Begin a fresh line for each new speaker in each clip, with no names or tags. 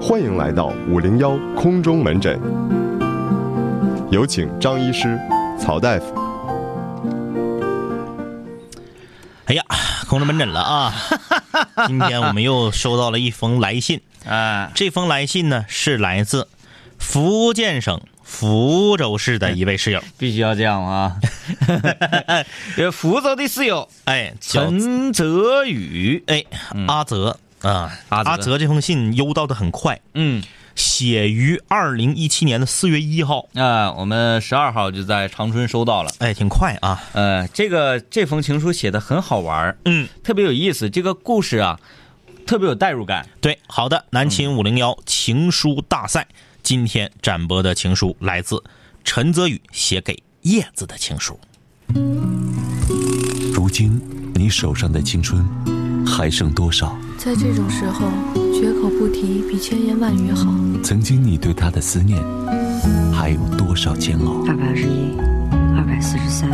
欢迎来到五零幺空中门诊，有请张医师、曹大夫。
哎呀，空中门诊了 啊！今天我们又收到了一封来信，
啊，
这封来信呢是来自福建省福州市的一位室友，
必须要这样啊！ 有福州的室友
哎，叫
陈泽宇，
哎阿泽啊，
阿泽
阿泽这封信邮到的很快，
嗯
写于二零一七年的四月一号，
啊，我们十二号就在长春收到了。
哎，挺快啊，
呃，这个这封情书写的很好玩儿，
嗯，
特别有意思。这个故事啊，特别有代入感。
对，好的，南秦五零幺情书大赛，今天展播的情书来自陈泽宇写给叶子的情书。
如今你手上的青春还剩多少？
在这种时候，绝口不提比千言万语好。
曾经你对他的思念还有多少煎熬？
二百二十一，二百四十三，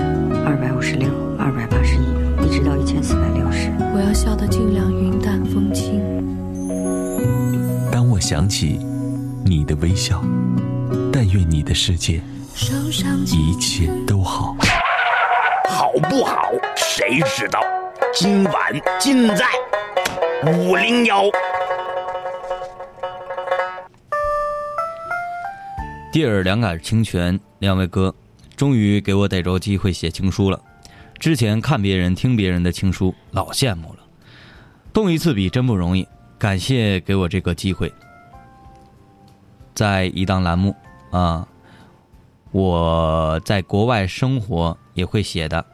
二百五十六，二百八十一，一直到一千四百六十。
我要笑得尽量云淡风轻。
当我想起你的微笑，但愿你的世界
手上
一切都好。
好不好？谁知道？今晚尽在五零幺。
第尔两杆清泉，两位哥，终于给我逮着机会写情书了。之前看别人、听别人的情书，老羡慕了。动一次笔真不容易，感谢给我这个机会。在一档栏目啊，我在国外生活也会写的，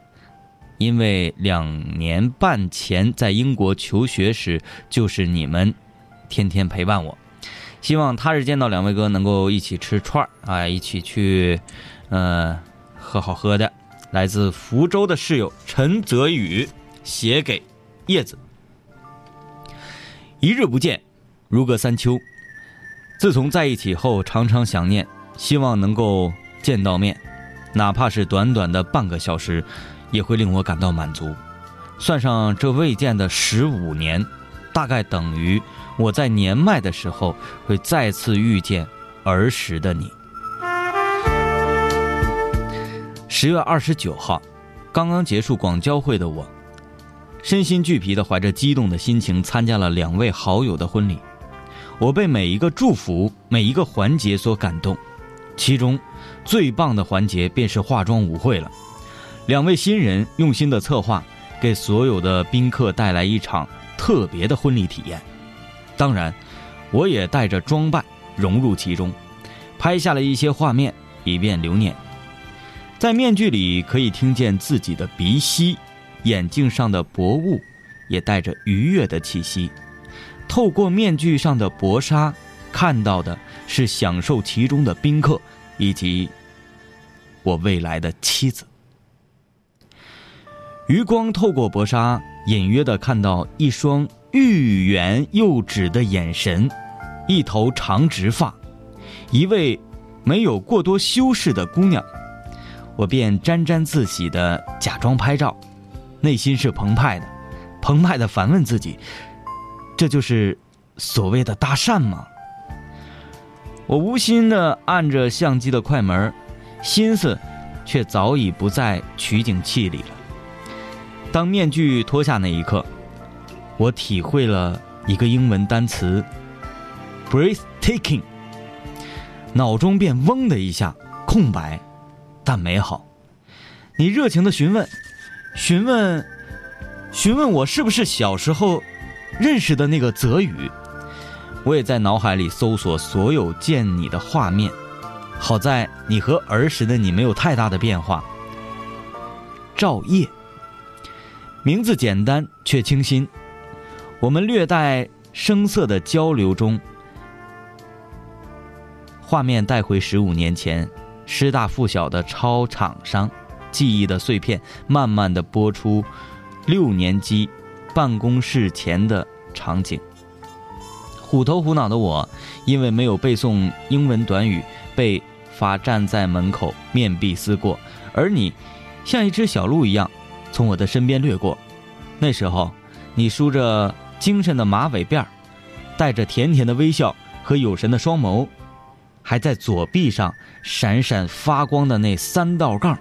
因为两年半前在英国求学时，就是你们天天陪伴我。希望他日见到两位哥能够一起吃串儿啊，一起去，呃，喝好喝的。来自福州的室友陈泽宇写给叶子：一日不见，如隔三秋。自从在一起后，常常想念，希望能够见到面，哪怕是短短的半个小时，也会令我感到满足。算上这未见的十五年，大概等于我在年迈的时候会再次遇见儿时的你。十月二十九号，刚刚结束广交会的我，身心俱疲的怀着激动的心情参加了两位好友的婚礼。我被每一个祝福、每一个环节所感动，其中最棒的环节便是化妆舞会了。两位新人用心的策划，给所有的宾客带来一场特别的婚礼体验。当然，我也带着装扮融入其中，拍下了一些画面，以便留念。在面具里可以听见自己的鼻息，眼镜上的薄雾也带着愉悦的气息。透过面具上的薄纱，看到的是享受其中的宾客以及我未来的妻子。余光透过薄纱，隐约的看到一双欲言又止的眼神，一头长直发，一位没有过多修饰的姑娘，我便沾沾自喜的假装拍照，内心是澎湃的，澎湃的反问自己：这就是所谓的搭讪吗？我无心的按着相机的快门儿，心思却早已不在取景器里了。当面具脱下那一刻，我体会了一个英文单词 “breathtaking”，脑中便嗡的一下空白，但美好。你热情的询问，询问，询问我是不是小时候认识的那个泽宇。我也在脑海里搜索所有见你的画面，好在你和儿时的你没有太大的变化。赵烨，名字简单却清新。我们略带生涩的交流中，画面带回十五年前师大附小的操场上，记忆的碎片慢慢的播出六年级办公室前的场景。虎头虎脑的我，因为没有背诵英文短语，被罚站在门口面壁思过。而你，像一只小鹿一样，从我的身边掠过。那时候，你梳着精神的马尾辫儿，带着甜甜的微笑，和有神的双眸，还在左臂上闪闪发光的那三道杠。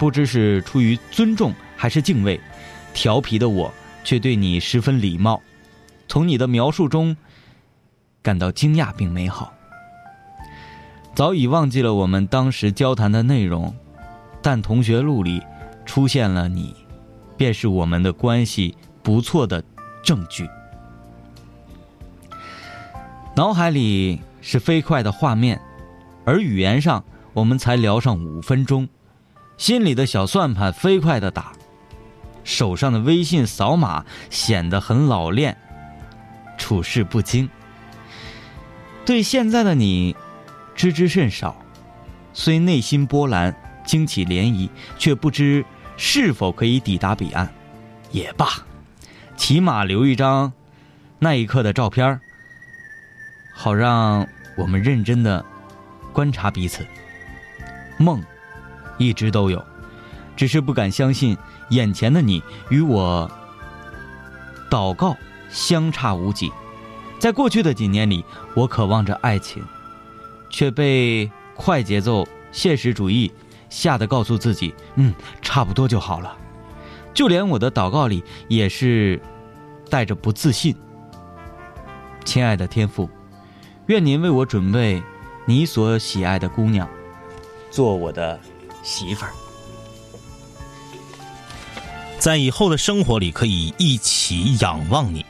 不知是出于尊重还是敬畏，调皮的我却对你十分礼貌。从你的描述中，感到惊讶并美好。早已忘记了我们当时交谈的内容，但同学录里出现了你，便是我们的关系不错的证据。脑海里是飞快的画面，而语言上我们才聊上五分钟，心里的小算盘飞快的打，手上的微信扫码显得很老练，处事不惊。对现在的你，知之甚少，虽内心波澜、惊起涟漪，却不知是否可以抵达彼岸。也罢，起码留一张那一刻的照片儿好让我们认真的观察彼此。梦一直都有，只是不敢相信眼前的你与我祷告相差无几。在过去的几年里，我渴望着爱情，却被快节奏、现实主义吓得告诉自己，嗯，差不多就好了。就连我的祷告里也是带着不自信。亲爱的天父，愿您为我准备你所喜爱的姑娘，做我的媳妇儿。
在以后的生活里可以一起仰望你。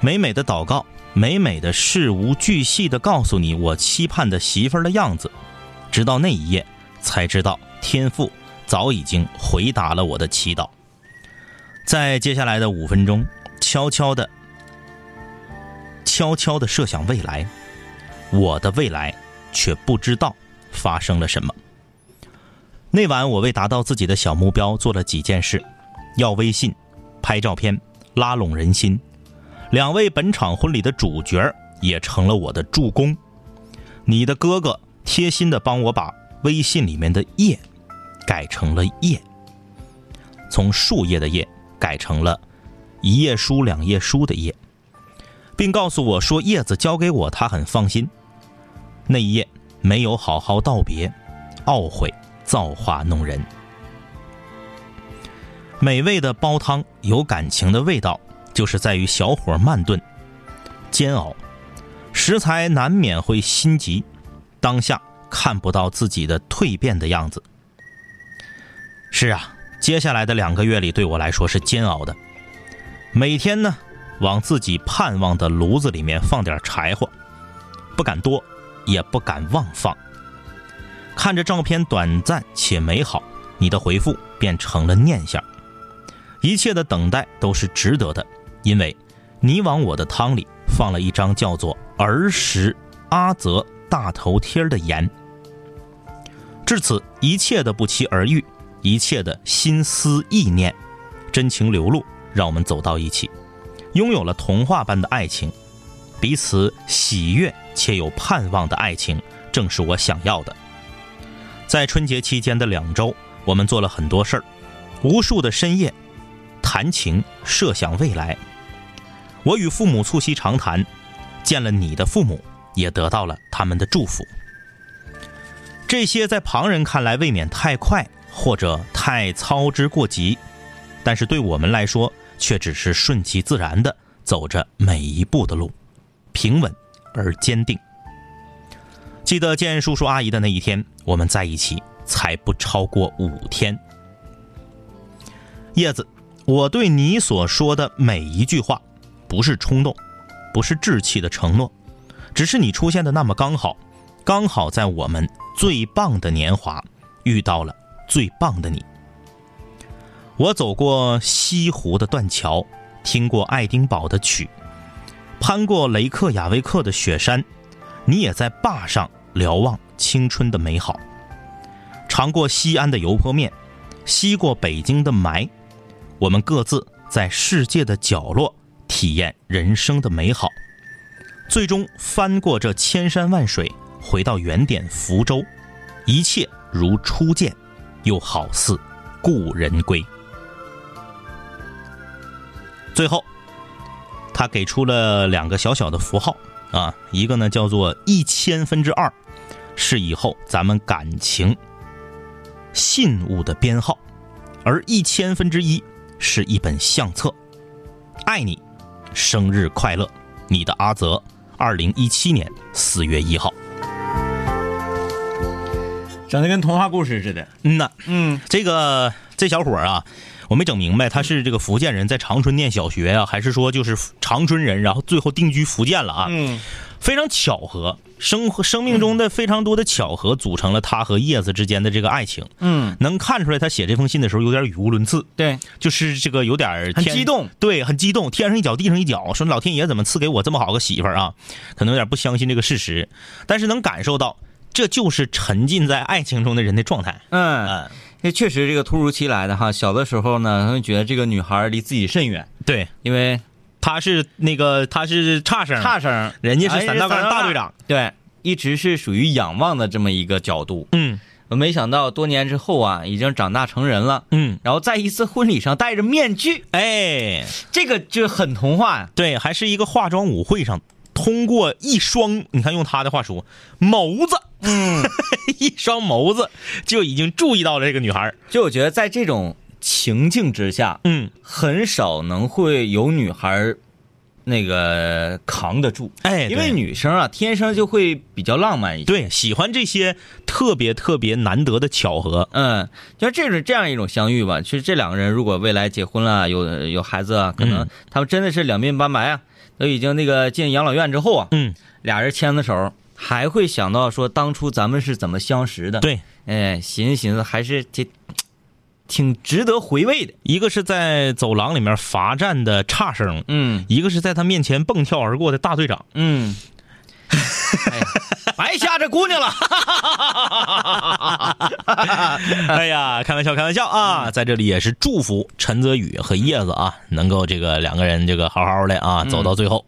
美美的祷告，美美的事无巨细的告诉你我期盼的媳妇儿的样子，直到那一夜才知道天父早已经回答了我的祈祷。在接下来的五分钟，悄悄的、悄悄的设想未来，我的未来却不知道发生了什么。那晚，我为达到自己的小目标做了几件事：要微信、拍照片、拉拢人心。两位本场婚礼的主角也成了我的助攻。你的哥哥贴心的帮我把微信里面的“叶”改成了“叶”，从树叶的“叶”改成了一页书两页书的“叶”，并告诉我说叶子交给我，他很放心。那一夜没有好好道别，懊悔造化弄人。美味的煲汤有感情的味道，就是在于小火慢炖、煎熬，食材难免会心急，当下看不到自己的蜕变的样子。是啊，接下来的两个月里对我来说是煎熬的，每天呢往自己盼望的炉子里面放点柴火，不敢多，也不敢妄放。看着照片短暂且美好，你的回复便成了念想。一切的等待都是值得的，因为你往我的汤里放了一张叫做儿时阿泽大头贴儿的盐。至此，一切的不期而遇，一切的心思意念，真情流露，让我们走到一起，拥有了童话般的爱情，彼此喜悦且有盼望的爱情，正是我想要的。在春节期间的两周，我们做了很多事儿，无数的深夜，谈情，设想未来。我与父母促膝长谈，见了你的父母，也得到了他们的祝福。这些在旁人看来未免太快或者太操之过急，但是对我们来说，却只是顺其自然的走着每一步的路，平稳而坚定。记得见叔叔阿姨的那一天，我们在一起才不超过五天。叶子，我对你所说的每一句话，不是冲动，不是稚气的承诺，只是你出现的那么刚好，刚好在我们最棒的年华遇到了最棒的你。我走过西湖的断桥，听过爱丁堡的曲，攀过雷克雅未克的雪山，你也在坝上瞭望青春的美好，尝过西安的油泼面，吸过北京的霾，我们各自在世界的角落体验人生的美好，最终翻过这千山万水，回到原点福州，一切如初见，又好似故人归。最后，他给出了两个小小的符号啊、啊，一个呢叫做一千分之二，是以后咱们感情信物的编号，而一千分之一是一本相册。爱你，生日快乐，你的阿泽，二零一七年四月一号。
整的跟童话故事似的。
嗯呐，
嗯，
这个这小伙儿啊，我没整明白他是这个福建人，在长春念小学啊，还是说就是长春人，然后最后定居福建了啊？
嗯，
非常巧合，生活生命中的非常多的巧合组成了他和叶子之间的这个爱情。
嗯，
能看出来他写这封信的时候有点语无伦次，
对，
就是这个有点儿
很
天
激动，
对，很激动，天上一脚地上一脚，说老天爷怎么赐给我这么好个媳妇儿啊？可能有点不相信这个事实，但是能感受到这就是沉浸在爱情中的人的状态。
嗯，
嗯，
这确实这个突如其来的哈。小的时候呢，他们觉得这个女孩离自己甚远，
对，
因为
他是那个他是差生，
差生，
人家是
哎
散大班大队长，
对，一直是属于仰望的这么一个角度。
嗯
我没想到多年之后啊，已经长大成人了，
嗯，
然后在一次婚礼上戴着面具，
哎，
这个就很童话呀、
对，还是一个化妆舞会上，通过一双，你看用他的话说，眸子，嗯， 一双眸子就已经注意到了这个女孩儿，
就我觉得在这种情境之下，
嗯，
很少能会有女孩儿那个扛得住，
哎，
因为
对
女生啊天生就会比较浪漫一些。
对喜欢这些特别特别难得的巧合，
嗯，就这种这样一种相遇吧。其实这两个人如果未来结婚了，有有孩子啊，可能
嗯
他们真的是两鬓斑白啊，都已经那个进养老院之后啊，
嗯，
俩人牵着手，还会想到说当初咱们是怎么相识的。，
对，
哎，寻思寻思，还是挺挺值得回味的。
一个是在走廊里面罚站的差生，
嗯
一个是在他面前蹦跳而过的大队长，
嗯，哎呀，白瞎这姑娘了。
哎呀，开玩笑，开玩笑啊！在这里也是祝福陈泽宇和叶子啊，能够这个两个人这个好好的啊，走到最后。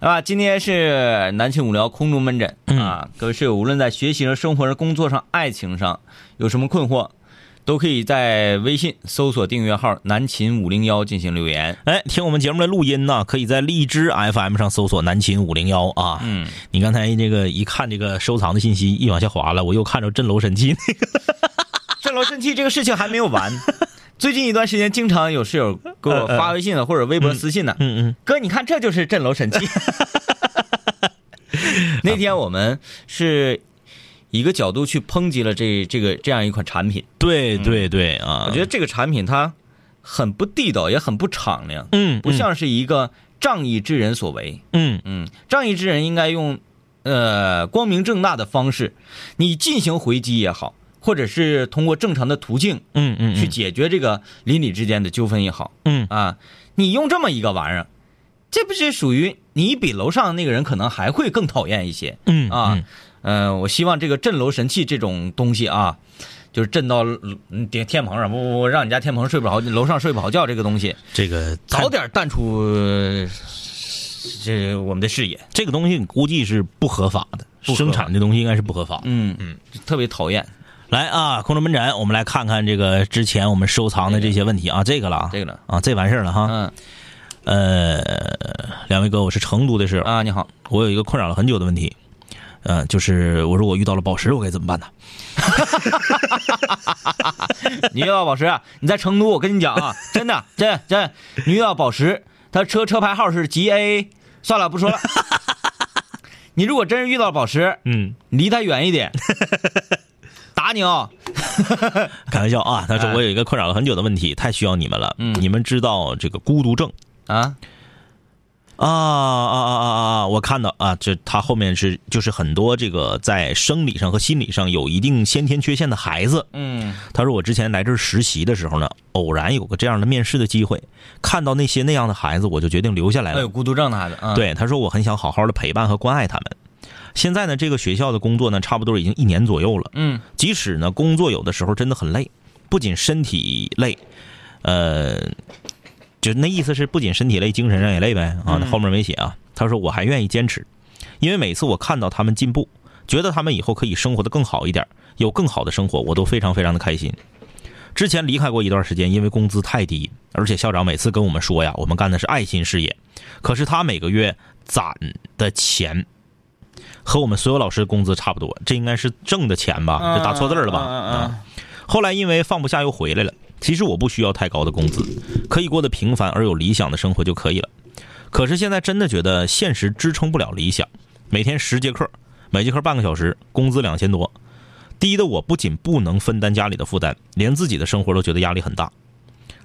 啊，今天是南秦五聊空中门诊、
嗯
啊，各位室友，无论在学习上、生活上、工作上、爱情上有什么困惑，都可以在微信搜索订阅号“南秦五零幺”进行 留言。
哎，听我们节目的录音呢，可以在荔枝 FM 上搜索“南秦五零幺”啊。
嗯，
你刚才这个一看这个收藏的信息，一往下滑了，我又看着震楼神 器。
震楼神器这个事情还没有完，最近一段时间，经常有室友给我发微信呢，或者微博私信呢，
嗯嗯，
哥，你看这就是震楼 神器。那天我们是一个角度去抨击了这这个这样一款产品。
对对对啊，
我觉得这个产品它很不地道，也很不敞亮，
嗯
不像是一个仗义之人所为。
嗯
嗯，仗义之人应该用呃光明正大的方式，你进行回击也好，或者是通过正常的途径
嗯嗯
去解决这个邻里之间的纠纷也好
嗯
啊，你用这么一个玩意儿，这不是属于你比楼上那个人可能还会更讨厌一些。
嗯
啊，嗯，我希望这个震楼神器这种东西啊，就是震到嗯天天棚上，不不不，让你家天棚睡不着，楼上睡不好觉，这个东西
这个
早点淡出呃这我们的视野。
这个东西估计是不合法的，
不合法
生产这东西应该是不合法的。
嗯嗯，特别讨厌
来啊，空中门诊，我们来看看这个之前我们收藏的这些问题啊，这个了啊，
这个了。
啊，这完事儿了哈。
嗯
呃，两位哥，我是成都的室友，
啊，你好，
我有一个困扰了很久的问题，呃，就是我如果遇到了宝石，我该怎么 办呢？
你遇到宝石啊，你在成都，我跟你讲啊，真的，真真，你遇到宝石，他车车牌号是 G A，算了，不说了。你如果真是遇到宝石，
嗯，
离他远一 点，打你哦。
开玩笑啊，他说
哎
我有一个困扰了很久的问题，太需要你们了。你们知道这个孤独症
啊，
啊啊啊啊啊！我看到啊，这他后面是就是很多这个在生理上和心理上有一定先天缺陷的孩子，
嗯
他说我之前来这儿实习的时候呢，偶然有个这样的面试的机会，看到那些那样的孩子，我就决定留下来
哎有
了。
孤独症的孩子啊，，
对，他说我很想好好的陪伴和关爱他们。现在呢，这个学校的工作呢，差不多已经一年左右了。
嗯，
即使呢，工作有的时候真的很累，不仅身体累，呃，就那意思是不仅身体累，精神上也累呗啊。后面没写啊。他说我还愿意坚持，因为每次我看到他们进步，觉得他们以后可以生活的更好一点，有更好的生活，我都非常非常的开心。之前离开过一段时间，因为工资太低，而且校长每次跟我们说呀，我们干的是爱心事业，可是他每个月攒的钱，和我们所有老师的工资差不多。这应该是挣的钱吧？啊这打错字儿了吧？
嗯嗯嗯
啊，后来因为放不下又回来了。其实我不需要太高的工资，可以过得平凡而有理想的生活就可以了。可是现在真的觉得现实支撑不了理想，每天十节课，每节课半个小时，工资两千多，低的我不仅不能分担家里的负担，连自己的生活都觉得压力很大，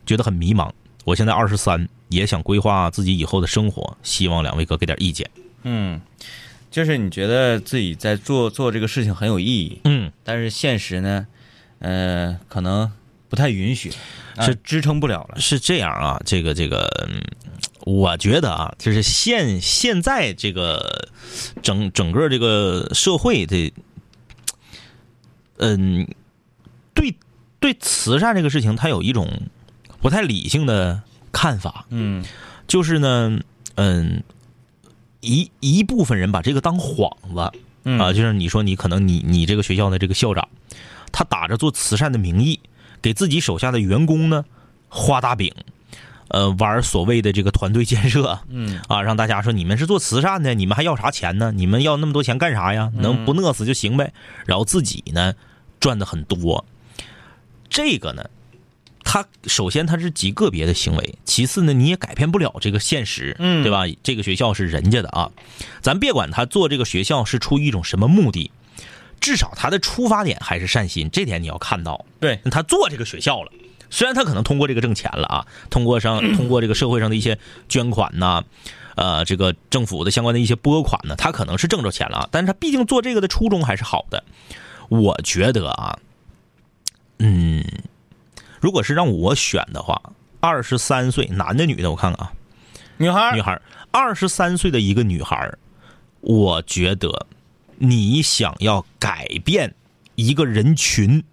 觉得很迷茫。我现在二十三，也想规划自己以后的生活，希望两位哥给点意见。
嗯，就是你觉得自己在做做这个事情很有意义，
嗯，
但是现实呢，呃，可能不太允许，啊
是
支撑不了了。
是这样啊，这个这个，嗯我觉得啊，就是现现在这个整整个这个社会的，嗯，对对慈善这个事情，他有一种不太理性的看法。
嗯
就是呢，嗯，一一部分人把这个当幌子啊、
嗯
就是你说你可能你你这个学校的这个校长，他打着做慈善的名义，给自己手下的员工呢画大饼，呃，玩所谓的这个团队建设，
嗯
啊，让大家说你们是做慈善的，你们还要啥钱呢？你们要那么多钱干啥呀？
嗯
能不饿死就行呗。然后自己呢赚的很多，这个呢，它首先它是极个别的行为，其次呢你也改变不了这个现实，
嗯
对吧？这个学校是人家的啊，咱别管他做这个学校是出于一种什么目的，至少他的出发点还是善心，这点你要看到。
对，
他做这个学校了，虽然他可能通过这个挣钱了啊，通过上通过这个社会上的一些捐款呐、呃，这个政府的相关的一些拨款呢，他可能是挣着钱了啊，但是他毕竟做这个的初衷还是好的。我觉得啊，嗯，如果是让我选的话，二十三岁，男的女的，我看看啊，
女孩儿
女孩儿，二十三岁的一个女孩儿，我觉得你想要改变一个人群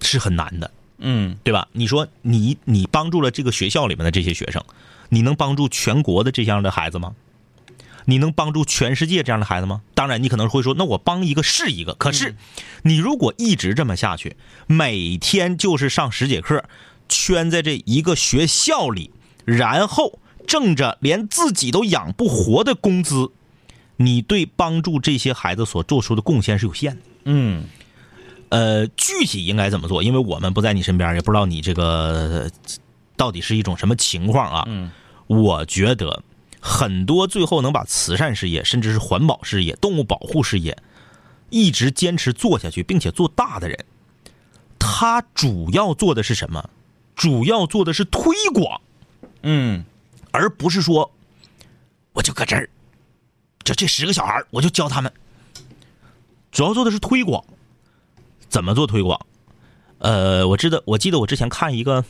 是很难的，
嗯
对吧？你说你你帮助了这个学校里面的这些学生，你能帮助全国的这样的孩子吗？你能帮助全世界这样的孩子吗？当然，你可能会说，那我帮一个是一个。可是，你如果一直这么下去，每天就是上十节课，圈在这一个学校里，然后挣着连自己都养不活的工资，你对帮助这些孩子所做出的贡献是有限的。
嗯
呃，具体应该怎么做？因为我们不在你身边，也不知道你这个呃到底是一种什么情况啊。
嗯，
我觉得很多最后能把慈善事业，甚至是环保事业、动物保护事业，一直坚持做下去并且做大的人，他主要做的是什么？主要做的是推广，
嗯
而不是说我就搁这儿，就这十个小孩儿我就教他们，主要做的是推广，怎么做推广？呃，我知道，我记得我之前看一个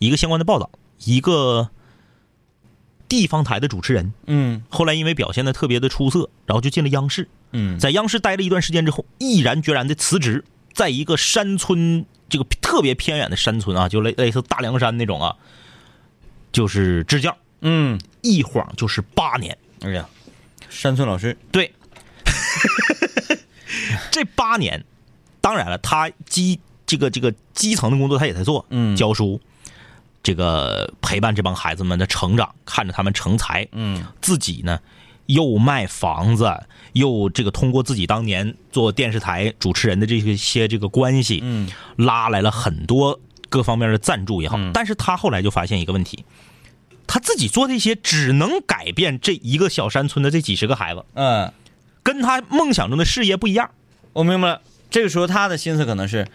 一个相关的报道，一个地方台的主持人，
嗯
后来因为表现的特别的出色，然后就进了央视，
嗯
在央视待了一段时间之后，毅然决然的辞职，在一个山村，这个特别偏远的山村啊，就类类似大凉山那种啊，就是支教，
嗯，
一晃就是八年。
哎呀，山村老师，
对， 这八年，当然了，他基这个这个基层的工作他也在做，
嗯
教书，这个陪伴这帮孩子们的成长，看着他们成才，
嗯
自己呢又卖房子，又这个通过自己当年做电视台主持人的这些些这个关系，
嗯
拉来了很多各方面的赞助也好，但是他后来就发现一个问题。他自己做这些只能改变这一个小山村的这几十个孩子，
嗯，
跟他梦想中的事业不一样。
我明白了。这个时候他的心思可能是，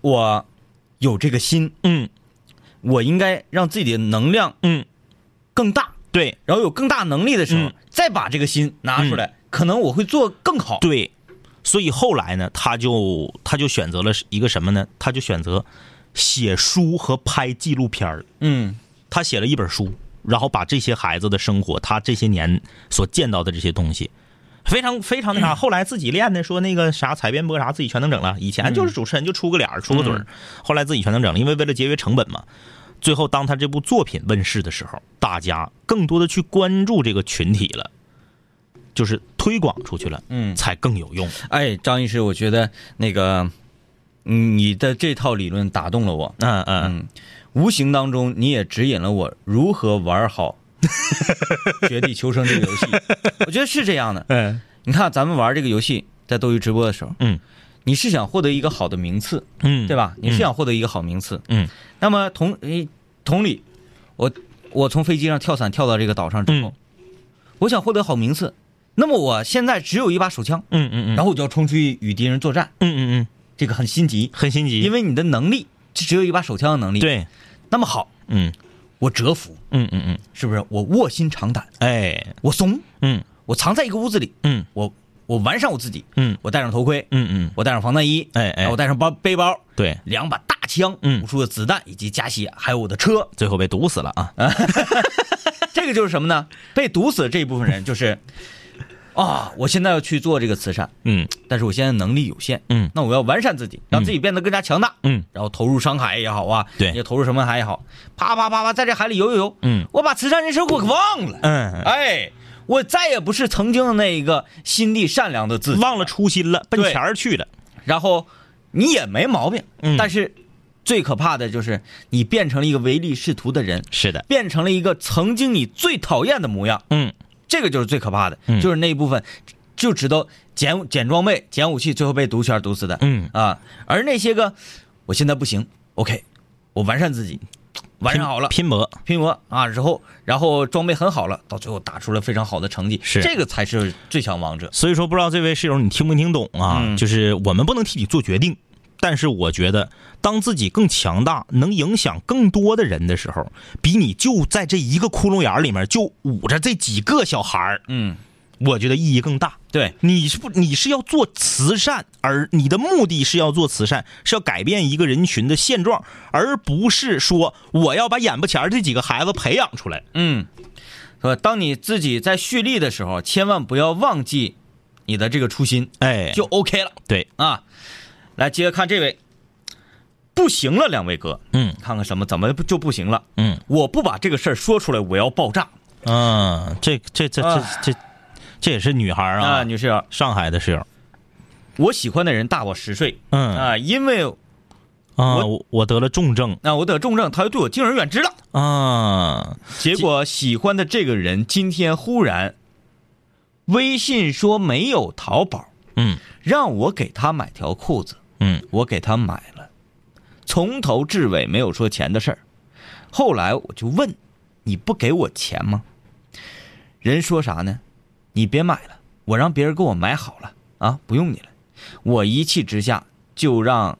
我有这个心，
嗯
我应该让自己的能量
嗯，
更大，
对
然后有更大能力的时候，
嗯
再把这个心拿出来，可能我会做更好。
对，所以后来呢，他就他就选择了一个什么呢？他就选择写书和拍纪录片儿。
嗯
他写了一本书，然后把这些孩子的生活，他这些年所见到的这些东西，非常非常那啥。后来自己练的，说那个啥采编播啥自己全能整了。以前就是主持人就出个脸儿出个嘴儿，后来自己全能整了，因为为了节约成本嘛。最后，当他这部作品问世的时候，大家更多的去关注这个群体了，就是推广出去了，
嗯，
才更有用。
哎，张医师，我觉得那个嗯你的这套理论打动了我，
嗯嗯
无形当中你也指引了我如何玩好《绝地求生》这个游 戏，我觉得是这样的。
嗯
你看咱们玩这个游戏，在斗鱼直播的时候，
嗯，
你是想获得一个好的名次，
嗯，
对吧？你是
嗯
想获得一个好名次，
嗯
那么同诶同理，我我从飞机上跳伞跳到这个岛上
嗯
之后，我想获得好名次，那么我现在只有一把手枪，
嗯嗯嗯，
然后我就要冲出去与敌人作战，
嗯嗯嗯，
这个很心急，
很心急，
因
为
为你的能力只有一把手枪的能力。，
对，
那么好，
嗯
我折服，
嗯嗯嗯，
是不是？我卧薪尝胆，
哎，
我怂，
嗯
我藏在一个屋子里，
嗯
我我完善我自己，
嗯
我戴上头盔，
嗯嗯，
我带上防弹衣，啊
哎哎
然后我带上包背包，
对，
两把大枪，
嗯。
无数的子弹以及加血，还有我的车
最后被毒死了啊，
这个就是什么呢？被毒死的这一部分人就是，啊，我现在要去做这个慈善，
嗯
但是我现在能力有限，
嗯
那我要完善自己，让自己变得更加强大，
嗯
然后投入商海也好啊，
对
也投入什么海也好，啪啪啪啪，在这海里游游游，
嗯，
我把慈善这事儿给我忘了，
嗯，
哎，我再也不是曾经的那一个心地善良的自己，
忘了初心了，奔
对
前儿去了，
然后你也没毛病，
嗯
但是最可怕的就是你变成了一个唯利是图的人，
是的，
变成了一个曾经你最讨厌的模样，
嗯
这个就是最可怕的，
嗯
就是那一部分就知道捡捡装备、捡武器，最后被毒圈毒死的，
嗯，
啊，而那些个我现在不行，OK，我完善自己，完善好了，
拼搏，
拼搏啊，之后然后装备很好了，到最后打出了非常好的成绩，
是
这个才是最强王者，
所以说，不知道这位室友你听没听懂啊？
嗯
就是我们不能替你做决定，但是我觉得，当自己更强大，能影响更多的人的时候，比你就在这一个窟窿眼儿里面就捂着这几个小孩儿，
嗯，
我觉得意义更大。
对，
你是不你是要做慈善，而你的目的是要做慈善，是要改变一个人群的现状，而不是说我要把眼巴前儿这几个孩子培养出来。
嗯，说当你自己在蓄力的时候，千万不要忘记你的这个初心，
哎，
就 OK 了
对，
啊。来，接着看这位，不行了，两位哥，
嗯
看看什么怎么就不行了？
嗯
我不把这个事儿说出来，我要爆炸
嗯，这这这这
啊
这这也是女孩儿
啊！
啊，
女士啊，
上海的室友。
我喜欢的人大我十岁
嗯
啊，因为
啊，
我
我我得了重症
啊我得重症，他又对我敬而远之了。
啊，
结果喜欢的这个人今天忽然微信说没有淘宝，
嗯
让我给他买条裤子。
嗯
我给他买了，从头至尾没有说钱的事儿。后来我就问：“你不给我钱吗？”人说啥呢？你别买了，我让别人给我买好了啊，不用你了。我一气之下就让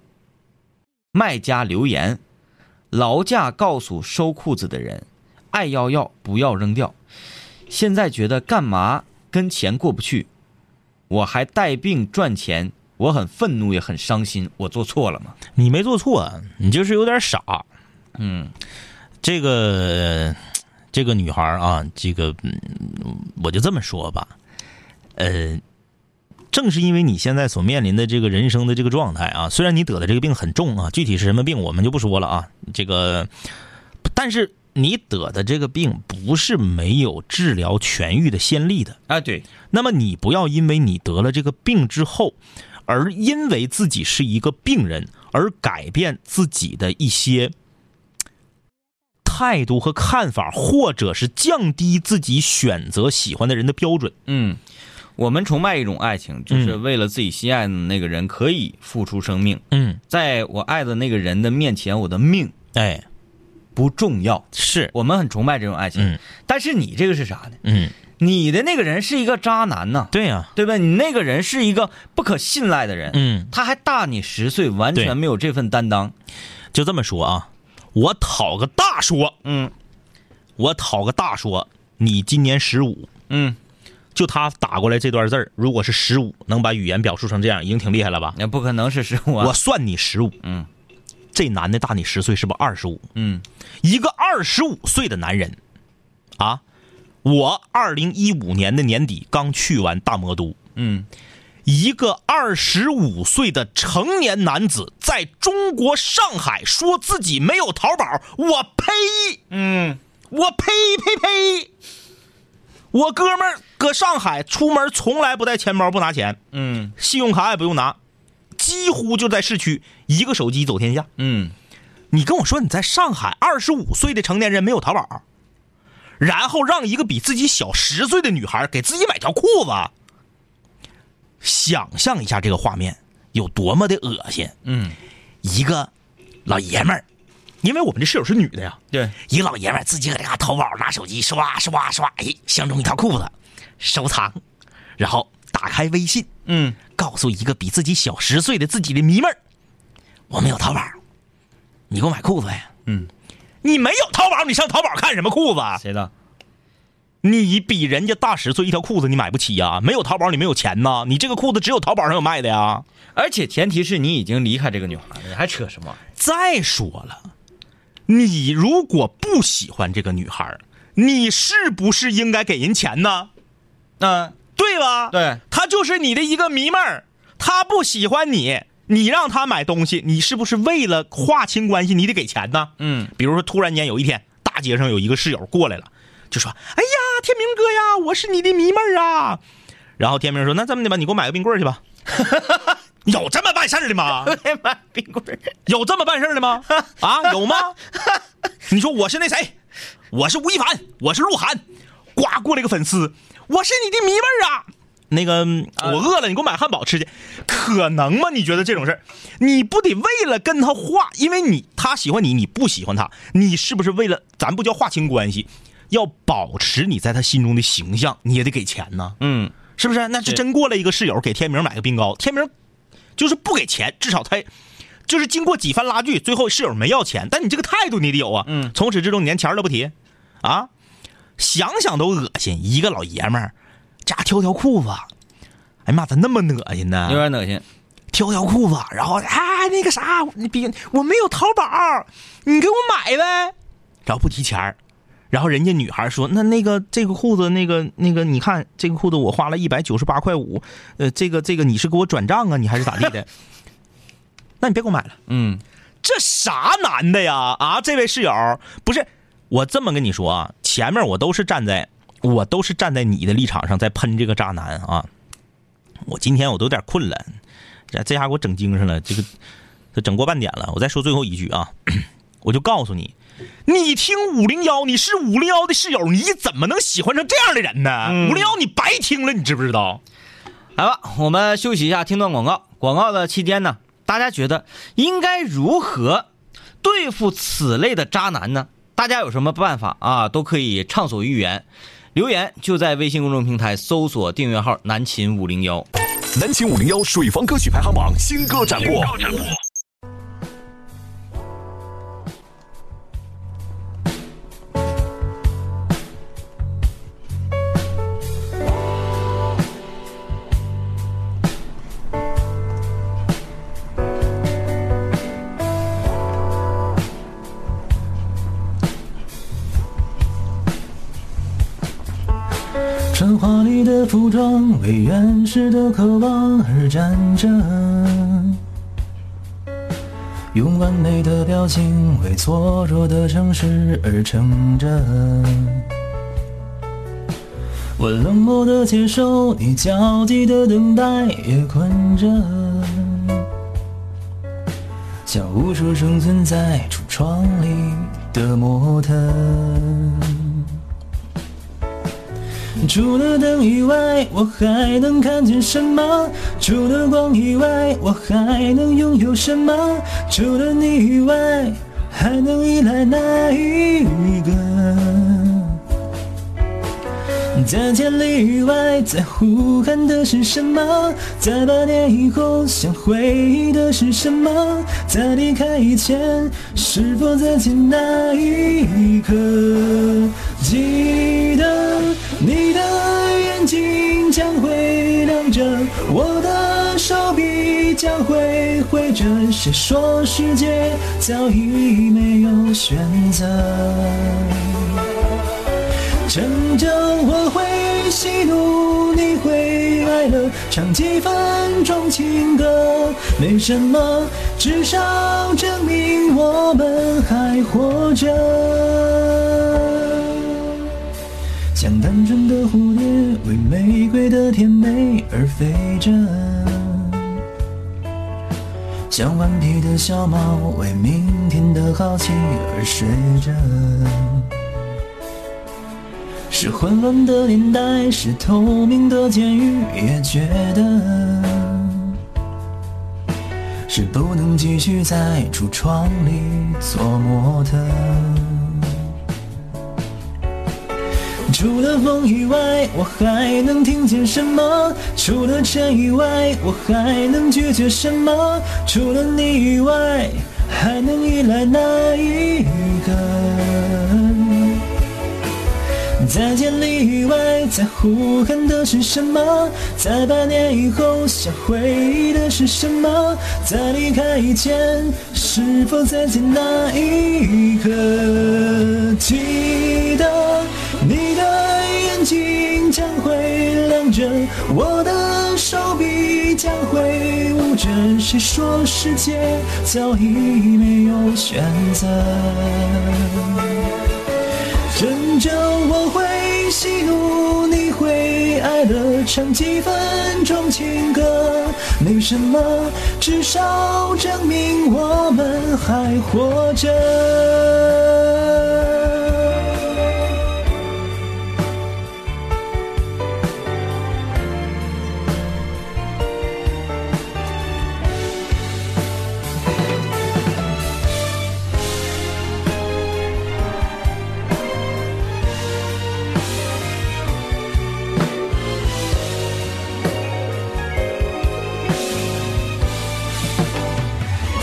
卖家留言，劳驾告诉收裤子的人，爱要要，不要扔掉。现在觉得干嘛跟钱过不去，我还带病赚钱，我很愤怒也很伤心，我做错了吗？
你没做错，啊你就是有点傻。
嗯
这个这个女孩儿啊，这个嗯我就这么说吧，呃，正是因为你现在所面临的这个人生的这个状态啊，虽然你得的这个病很重啊，具体是什么病我们就不说了啊，这个，但是你得的这个病不是没有治疗痊愈的先例的。
啊，对，
那么你不要因为你得了这个病之后，而因为自己是一个病人而改变自己的一些态度和看法，或者是降低自己选择喜欢的人的标准。
嗯，我们崇拜一种爱情，就是为了自己心爱的那个人可以付出生命，
嗯，
在我爱的那个人的面前，我的命
哎，
不重要。
是，
我们很崇拜这种爱情，
嗯
但是你这个是啥呢？
嗯，
你的那个人是一个渣男呐、
对呀、
对吧？你那个人是一个不可信赖的人，
嗯，
他还大你十岁，完
对
全没有这份担当。
就这么说啊，我讨个大说，
嗯
我讨个大说，你今年十五，
嗯，
就他打过来这段字儿，如果是十五，能把语言表述成这样，已经挺厉害了吧？
那不可能是十五啊。
我算你十五，
嗯，
这男的大你十岁，是不是二十五？
嗯
一个二十五岁的男人，啊，我二零一五年的年底刚去完大魔都，
嗯，
一个二十五岁的成年男子在中国上海说自己没有淘宝，我呸！
嗯，
我呸呸呸！我哥们儿搁上海出门从来不带钱包，不拿钱，
嗯
信用卡也不用拿，几乎就在市区一个手机走天下。
嗯
你跟我说你在上海，二十五岁的成年人没有淘宝，然后让一个比自己小十岁的女孩给自己买条裤子。想象一下这个画面有多么的恶心！
嗯，
一个老爷们儿，因为我们这室友是女的呀，
对，
一老爷们儿自己搁这嘎淘宝拿手机刷刷刷，哎，相中一条裤子，收藏，然后打开微信，
嗯，
告诉一个比自己小十岁的自己的迷妹儿，我们有淘宝，你给我买裤子呗。
嗯，
你没有淘宝，你上淘宝看什么裤子啊？
谁的？
你比人家大十岁，一条裤子你买不起呀、没有淘宝，你没有钱呐、你这个裤子只有淘宝上有卖的呀。
而且前提是你已经离开这个女孩了，你还扯什么玩意儿？
再说了，你如果不喜欢这个女孩儿，你是不是应该给人钱呢？
那
对吧？
对，
她就是你的一个迷妹儿，她不喜欢你，你让她买东西，你是不是为了划清关系，你得给钱呢？
嗯，
比如说，突然间有一天，大街上有一个室友过来了，就说：“哎呀，天明哥呀，我是你的迷妹儿啊。”然后天明说：“那这么的吧，你给我买个冰棍儿去 吧。”有这么办事儿的吗？
买哎冰棍儿。
有这么办事儿的吗？啊，有吗？你说我是那谁，我是吴亦凡，我是鹿晗，呱过来个粉丝，我是你的迷妹儿啊。那个，嗯我饿了，你给我买汉堡吃去，可能吗？你觉得这种事儿，你不得为了跟他划，因为你他喜欢你，你不喜欢他，你是不是为了咱不叫划清关系，要保持你在他心中的形象，你也得给钱呢？
嗯，
是不是？那这
是
真过来一个室友给天明买个冰糕，天明就是不给钱，至少他就是经过几番拉锯，最后室友没要钱，但你这个态度你得有啊。
嗯
从始至终你连钱儿都不提，啊，想想都恶心。一个老爷们儿，家挑条裤子，哎呀妈，咋那么恶心呢？
有点恶心。
挑条裤子，然后啊那个啥，你别我没有淘宝，你给我买呗，然后不提钱儿，然后人家女孩说那那个这个裤子那个那个你看这个裤子我花了一百九十八块五，呃这个这个你是给我转账啊你还是咋地的？ 那你别给我买了，
嗯，
这啥男的呀啊这位室友不是我这么跟你说啊，前面我都是站在我都是站在你的立场上在喷这个渣男啊，我今天我都有点困了。这这下给我整精神了，这个这整过半点了。我再说最后一句啊， 我就告诉你，你听五零幺，你是五零幺的室友，你怎么能喜欢上这样的人呢？五零幺你白听了，你知不知道？
来吧，我们休息一下，听段广告。广告的期间呢，大家觉得应该如何对付此类的渣男呢？大家有什么办法啊？都可以畅所欲言，留言就在微信公众平台搜索订阅号“南秦五零幺”。
南秦五零幺水房歌曲排行榜新歌展播。
穿华丽的服装，为原始的渴望而战争。用完美的表情，为脆弱的城市而撑着。我冷漠的接受，你焦急的等待也困着。像无数生存在橱窗里的模特。除了灯以外，我还能看见什么？除了光以外，我还能拥有什么？除了你以外，还能依赖哪一个？在千里以外，在呼喊的是什么？在八年以后，想回忆的是什么？在离开以前，是否再见那一刻？记得你的眼睛将会亮着，我的手臂将会挥着。谁说世界早已没有选择？成长，我会喜怒，你会哀乐，唱几分钟情歌，没什么，至少证明我们还活着。像单纯的蝴蝶，为玫瑰的甜美而飞着。像顽皮的小猫，为明天的好奇而睡着。是混乱的年代，是透明的监狱，也觉得是不能继续在橱窗里琢磨的。除了风以外，我还能听见什么？除了尘以外，我还能拒绝什么？除了你以外，还能依赖哪一个？再见里以外，在呼喊的是什么？在八年以后想回忆的是什么？在离开以前，是否再见那一刻？记得你的眼睛将会亮着，我的手臂将会捂着。谁说世界早已没有选择？趁着我会喜怒，你会哀乐，唱几分钟情歌，没什么，至少证明我们还活着。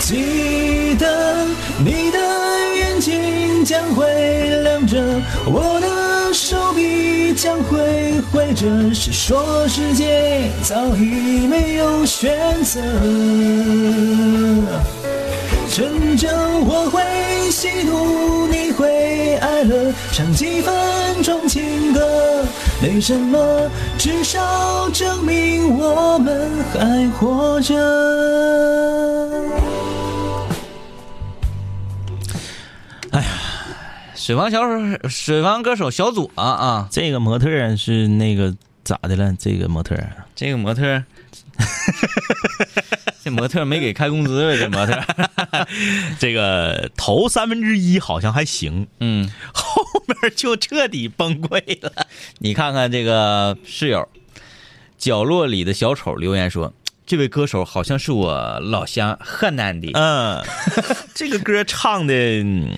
记得你的眼睛将会亮着，我的手臂将会挥着。谁说世界早已没有选择？趁着我会喜怒，你会哀乐，唱几分钟情歌，没什么，至少证明我们还活着。
水房小手水房歌手小左啊啊，
这个模特儿是那个咋的了？这个模特儿
这个模特儿， 这模特儿没给开工资呗？这模特儿，
这个头三分之一好像还行，
嗯，
后面就彻底崩溃了。
你看看这个室友，角落里的小丑留言说，这位歌手好像是我老乡河南的，
嗯， 这个歌唱的，嗯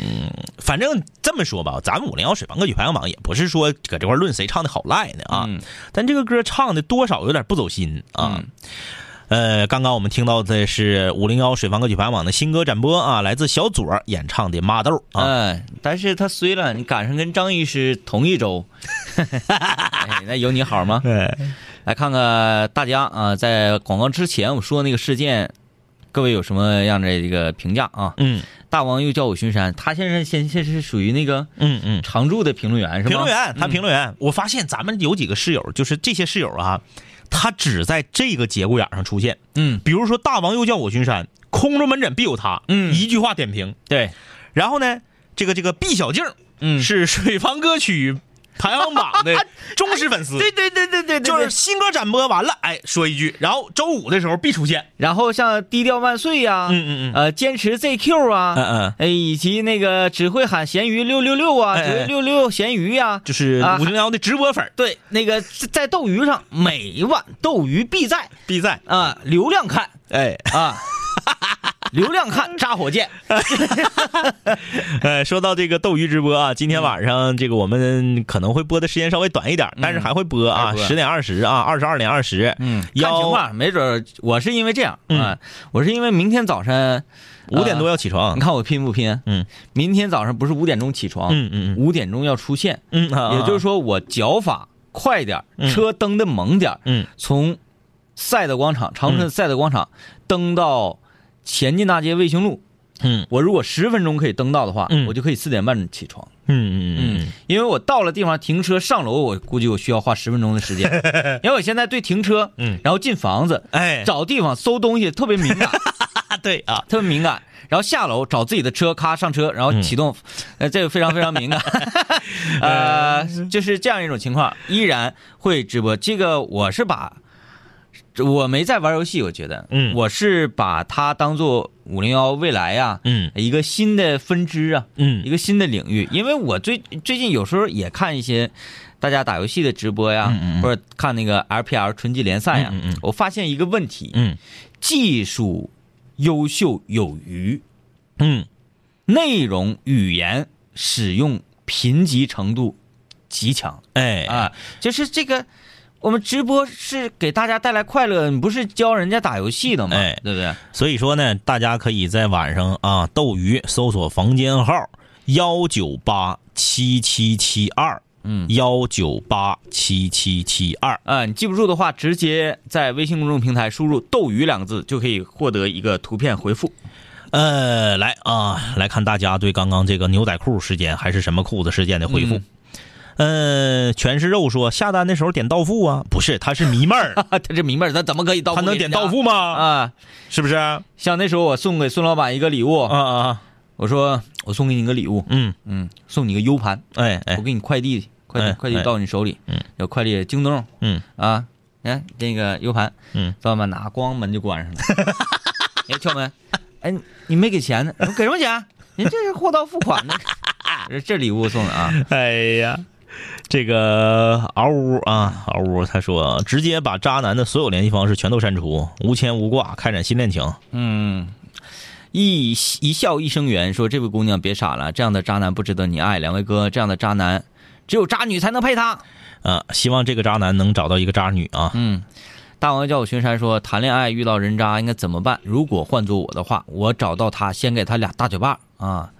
反正这么说吧，咱们五零幺水房歌曲排行榜也不是说搁这块论谁唱的好赖呢啊，
嗯
但这个歌唱的多少有点不走心啊。呃，刚刚我们听到的是五零幺水房歌曲排行榜的新歌展播啊，来自小左儿演唱的《麻豆》啊。
嗯，但是他虽然你赶上跟张医师同一周，哎那有你好吗？
对，
来看看大家啊，在广告之前我说那个事件，各位有什么样的一个评价啊？
嗯
大王又叫我巡山，他现在现现是属于那个
嗯嗯，
常驻的评论员是吧？
评论员，他
嗯
评论员，我发现咱们有几个室友，就是这些室友啊，他只在这个节骨眼上出现。
嗯，
比如说大王又叫我巡山，空中门诊必有他，
嗯
一句话点评。
对，
然后呢，这个这个毕小静
嗯哎
是水房歌曲排行榜 的忠实粉丝，
对对对对对，对
就是
对
新歌展播完了，哎，说一句，然后周五的时候必出现。
然后像低调万岁呀、
嗯嗯嗯
呃，坚持 ZQ 啊，
嗯嗯
哎，以及那个只会喊咸鱼六六六啊，
哎哎
只会六六咸鱼呀、
就是
啊
五零幺的直播粉儿
对，那个在在斗鱼上，每晚斗鱼必在
必在，
啊，流量看
哎
啊，流量看扎火箭，
呃， 说到这个斗鱼直播
嗯
啊，今天晚上这个我们可能会播的时间稍微短一点，但是还会播啊
嗯还，播
十点二十啊，二十二点二十，
嗯，看情
幺
况，没准儿我是因为这样
嗯
啊，我是因为明天早晨
五点多
要，
要起床
你，看我拼不拼？
嗯，
明天早上不是五点钟起床，
嗯嗯嗯
五点钟要出现，
嗯，啊
也就是
啊
说我脚法快点儿，
嗯
车蹬的猛点儿，
嗯
从赛德广场，长春赛德广场蹬到前进大街卫星路。
嗯
我如果十分钟可以蹬到的话，
嗯
我就可以四点半起床。
嗯嗯嗯嗯，
因为我到了地方停车上楼，我估计我需要花十分钟的时间， 因为我现在对停车，
嗯
然后进房子，
哎，
找地方搜东西特别敏感，
啊对啊，
特别敏感。然后下楼找自己的车，咔上车，然
嗯
后启动，呃，这个非常非常敏 感，
嗯
呃，就是这样一种情况，依然会直播。这个我是把我没在玩游戏，我觉得，
嗯
我是把它当做五零幺未来呀、
嗯
一个新的分支啊，一
嗯
个新的领域。因为我最最近有时候也看一些大家打游戏的直播呀，
嗯嗯嗯
或者看那个 LPL 春季联赛呀，
嗯嗯嗯
我发现一个问题：
嗯
技术优秀有余，
嗯
内容语言使用贫瘠程度极强。
哎
啊，就是这个，我们直播是给大家带来快乐，你不是教人家打游戏的吗？
哎
对不对？
所以说呢，大家可以在晚上啊，斗鱼搜索房间号幺九八七七七二，
嗯
幺九八七七七二，
啊，你记不住的话，直接在微信公众平台输入“斗鱼”两个字，就可以获得一个图片回复。
呃，来啊，来看大家对刚刚这个牛仔裤事件还是什么裤子事件的回复。呃，全是肉说下单的时候点到付啊，不是，他是迷妹儿，
啊，他这明白，他怎么可以到？
他能点到付吗？
啊？
是不是？啊
像那时候我送给孙老板一个礼物，
啊啊，
我说我送给你一个礼物，
嗯，
嗯，送你个 U 盘，
哎哎
我，给你快递，快递、
哎
快递
哎
到你手里，
嗯，
有快递京东，
嗯
啊，你看那个 U 盘，
嗯，
知道吗？拿光门就关上 了，哎，敲门，哎，你没给钱呢？我说给什 么钱？您这是货到付款呢，这这礼物送的啊，
哎呀，这个嗷呜啊，嗷呜！他说直接把渣男的所有联系方式全都删除，无牵无挂，开展新恋情。
嗯。一一笑一生缘说：“这位姑娘别傻了，这样的渣男不值得你爱。两位哥，这样的渣男，只有渣女才能配他。
啊，希望这个渣男能找到一个渣女啊！
嗯，大王叫我巡山说，谈恋爱遇到人渣应该怎么办？如果换做我的话，我找到他，先给他俩大嘴巴啊！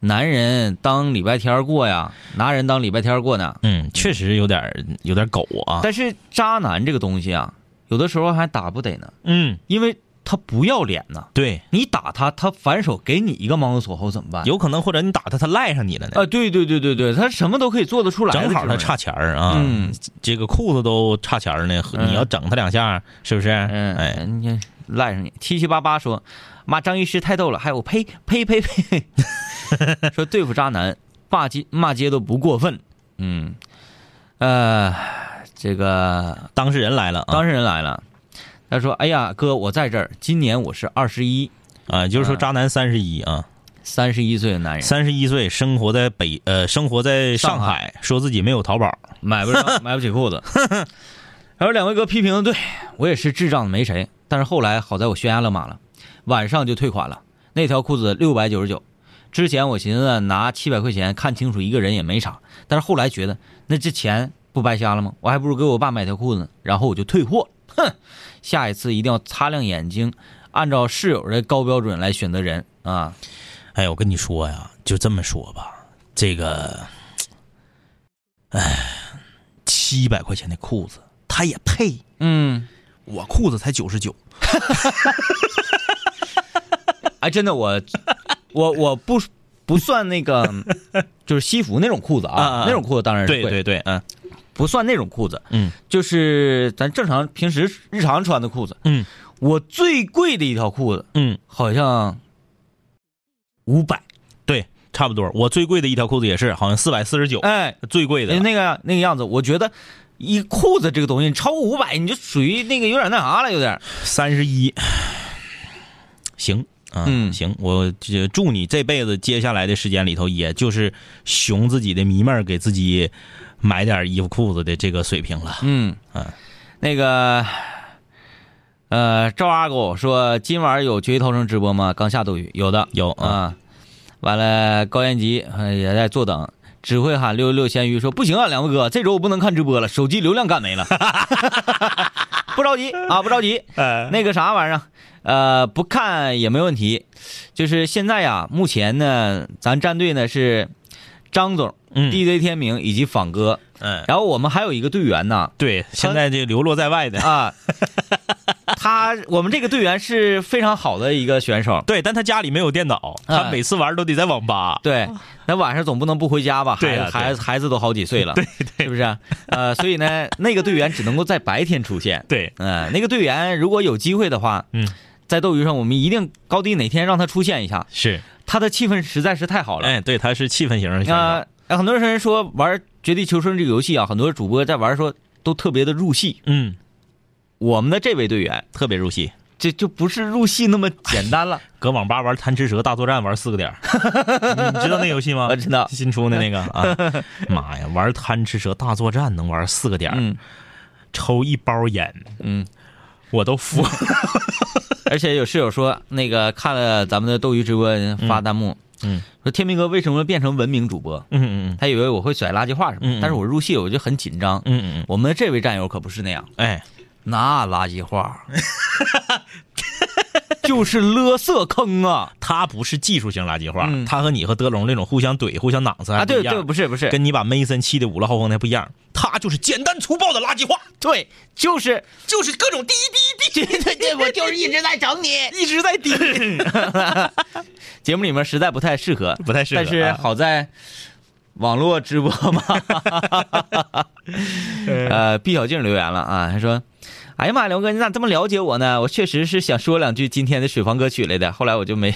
男人当礼拜天儿过呀，拿人当礼拜天儿过呢。
嗯，确实有点儿有点儿狗啊。
但是渣男这个东西啊，有的时候还打不得呢，
嗯，
因为他不要脸呐。
对，
你打他，他反手给你一个盲目锁喉怎么办？
有可能或者你打他，他赖上你了呢。
啊，对对对对对，他什么都可以做得呃出来的这
正
种人，
好他差钱儿啊，
嗯
这个裤子都差钱儿呢，
嗯
你要整他两下，是不是？
嗯，哎，
哎，
你赖上你七七八八说，妈张医师太逗了，还有我呸呸呸呸， 说对付渣男骂街骂街都不过分，嗯，呃，这个
当事人来了啊
当事人来了，他说，哎呀哥，我在这儿，今年我是二十一
啊，就是
嗯
说渣男三十一啊，
三十一岁的男人，
三十一岁，生活在北呃，生活在上
嗯上
海，说自己没有淘宝。
买不上买不起裤子，他说两位哥批评的对，我也是智障没谁，但是后来好在我悬崖勒马了，晚上就退款了。那条裤子六百九十九，之前我寻思啊拿七百块钱看清楚一个人也没啥，但是后来觉得那这钱不白瞎了吗？我还不如给我爸买条裤子呢，然后我就退货。哼，下一次一定要擦亮眼睛，按照室友的高标准来选择人啊。
哎，我跟你说呀，就这么说吧，这个，哎，七百块钱的裤子，他也配？
嗯，
我裤子才九十九，
哎，真的我，我我不不算那个，就是西服那种裤子啊，
啊啊啊
那种裤子当然是
对
贵，
对对，嗯
不算那种裤子，
嗯，
就是咱正常平时日常穿的裤子。
嗯，
我最贵的一条裤子
嗯，
好像五百，
对，差不多。我最贵的一条裤子也是，好像四百四十九，
哎，
最贵的了。
那个那个样子，我觉得一裤子这个东西超过五百，你就属于那个有点那啥了，有点。
三十一，行啊，
嗯
行，我这祝你这辈子接下来的时间里头，也就是熊自己的迷妹儿给自己买点衣服裤子的这个水平了。
嗯
啊，
那个，呃，赵阿狗说今晚有绝地逃生直播吗？刚下斗鱼，有的
有啊
啊。完了，高延吉呃也在坐等，只会喊六六六咸鱼说不行啊，两位哥，这周我不能看直播了，手机流量干没了。 不着急啊，不着急。
嗯
那个啥玩意儿，呃，不看也没问题。就是现在呀，目前呢，咱战队呢是张总、
嗯
DJ 天明以及仿哥，
嗯，
然后我们还有一个队员呢，
对，现在这流落在外的，
啊，他我们这个队员是非常好的一个选手。
对，但他家里没有电脑，他
哎
每次玩都得在网吧。
对，那晚上总不能不回家吧？
对啊
孩
呀
子孩子孩子都好几岁了，对对，是不是啊？呃，所以呢，那个队员只能够在白天出现。
对，
嗯，那个队员如果有机会的话，
嗯，
在斗鱼上我们一定高低哪天让他出现一下，
是，
他的气氛实在是太好了。
哎，对，他是气氛型的选手
啊、很多人说玩《绝地求生》这个游戏啊，很多主播在玩说都特别的入戏，
嗯，
我们的这位队员，
特别入戏。
这就不是入戏那么简单了。
搁网吧玩贪吃蛇大作战玩四个点 儿，你知道那游戏吗？
我知道
新出的那个 啊，妈呀，玩贪吃蛇大作战能玩四个点儿，
嗯
抽一包烟，
嗯，
我都 服。
而且有室友说，那个看了咱们的斗鱼直播发弹幕，
嗯嗯
说天明哥为什么变成文明主播？
嗯嗯
他以为我会甩垃圾话什么
嗯
的，
嗯
但是我入戏我就很紧张。
嗯嗯嗯，
我们这位战友可不是那样，
哎，
那垃圾话 就是勒色坑啊！
他不是技术型垃圾话，
嗯
他和你和德龙那种互相怼、互相攮死还
啊，
不一
对
样
对，不是不是，
跟你把梅森气的五了后风那不一样，他就是简单粗暴的垃圾话。
对，就是就是各种滴滴滴，对对对，我就是一直在整你， 一直在滴。节目里面实在不太适合，
不太适合
但是
啊
好在网络直播 嘛，呃，毕小静留言了啊，他说。哎呀妈，呀，刘哥，你咋这么了解我呢？我确实是想说两句今天的水房歌曲来的，后来我 就没。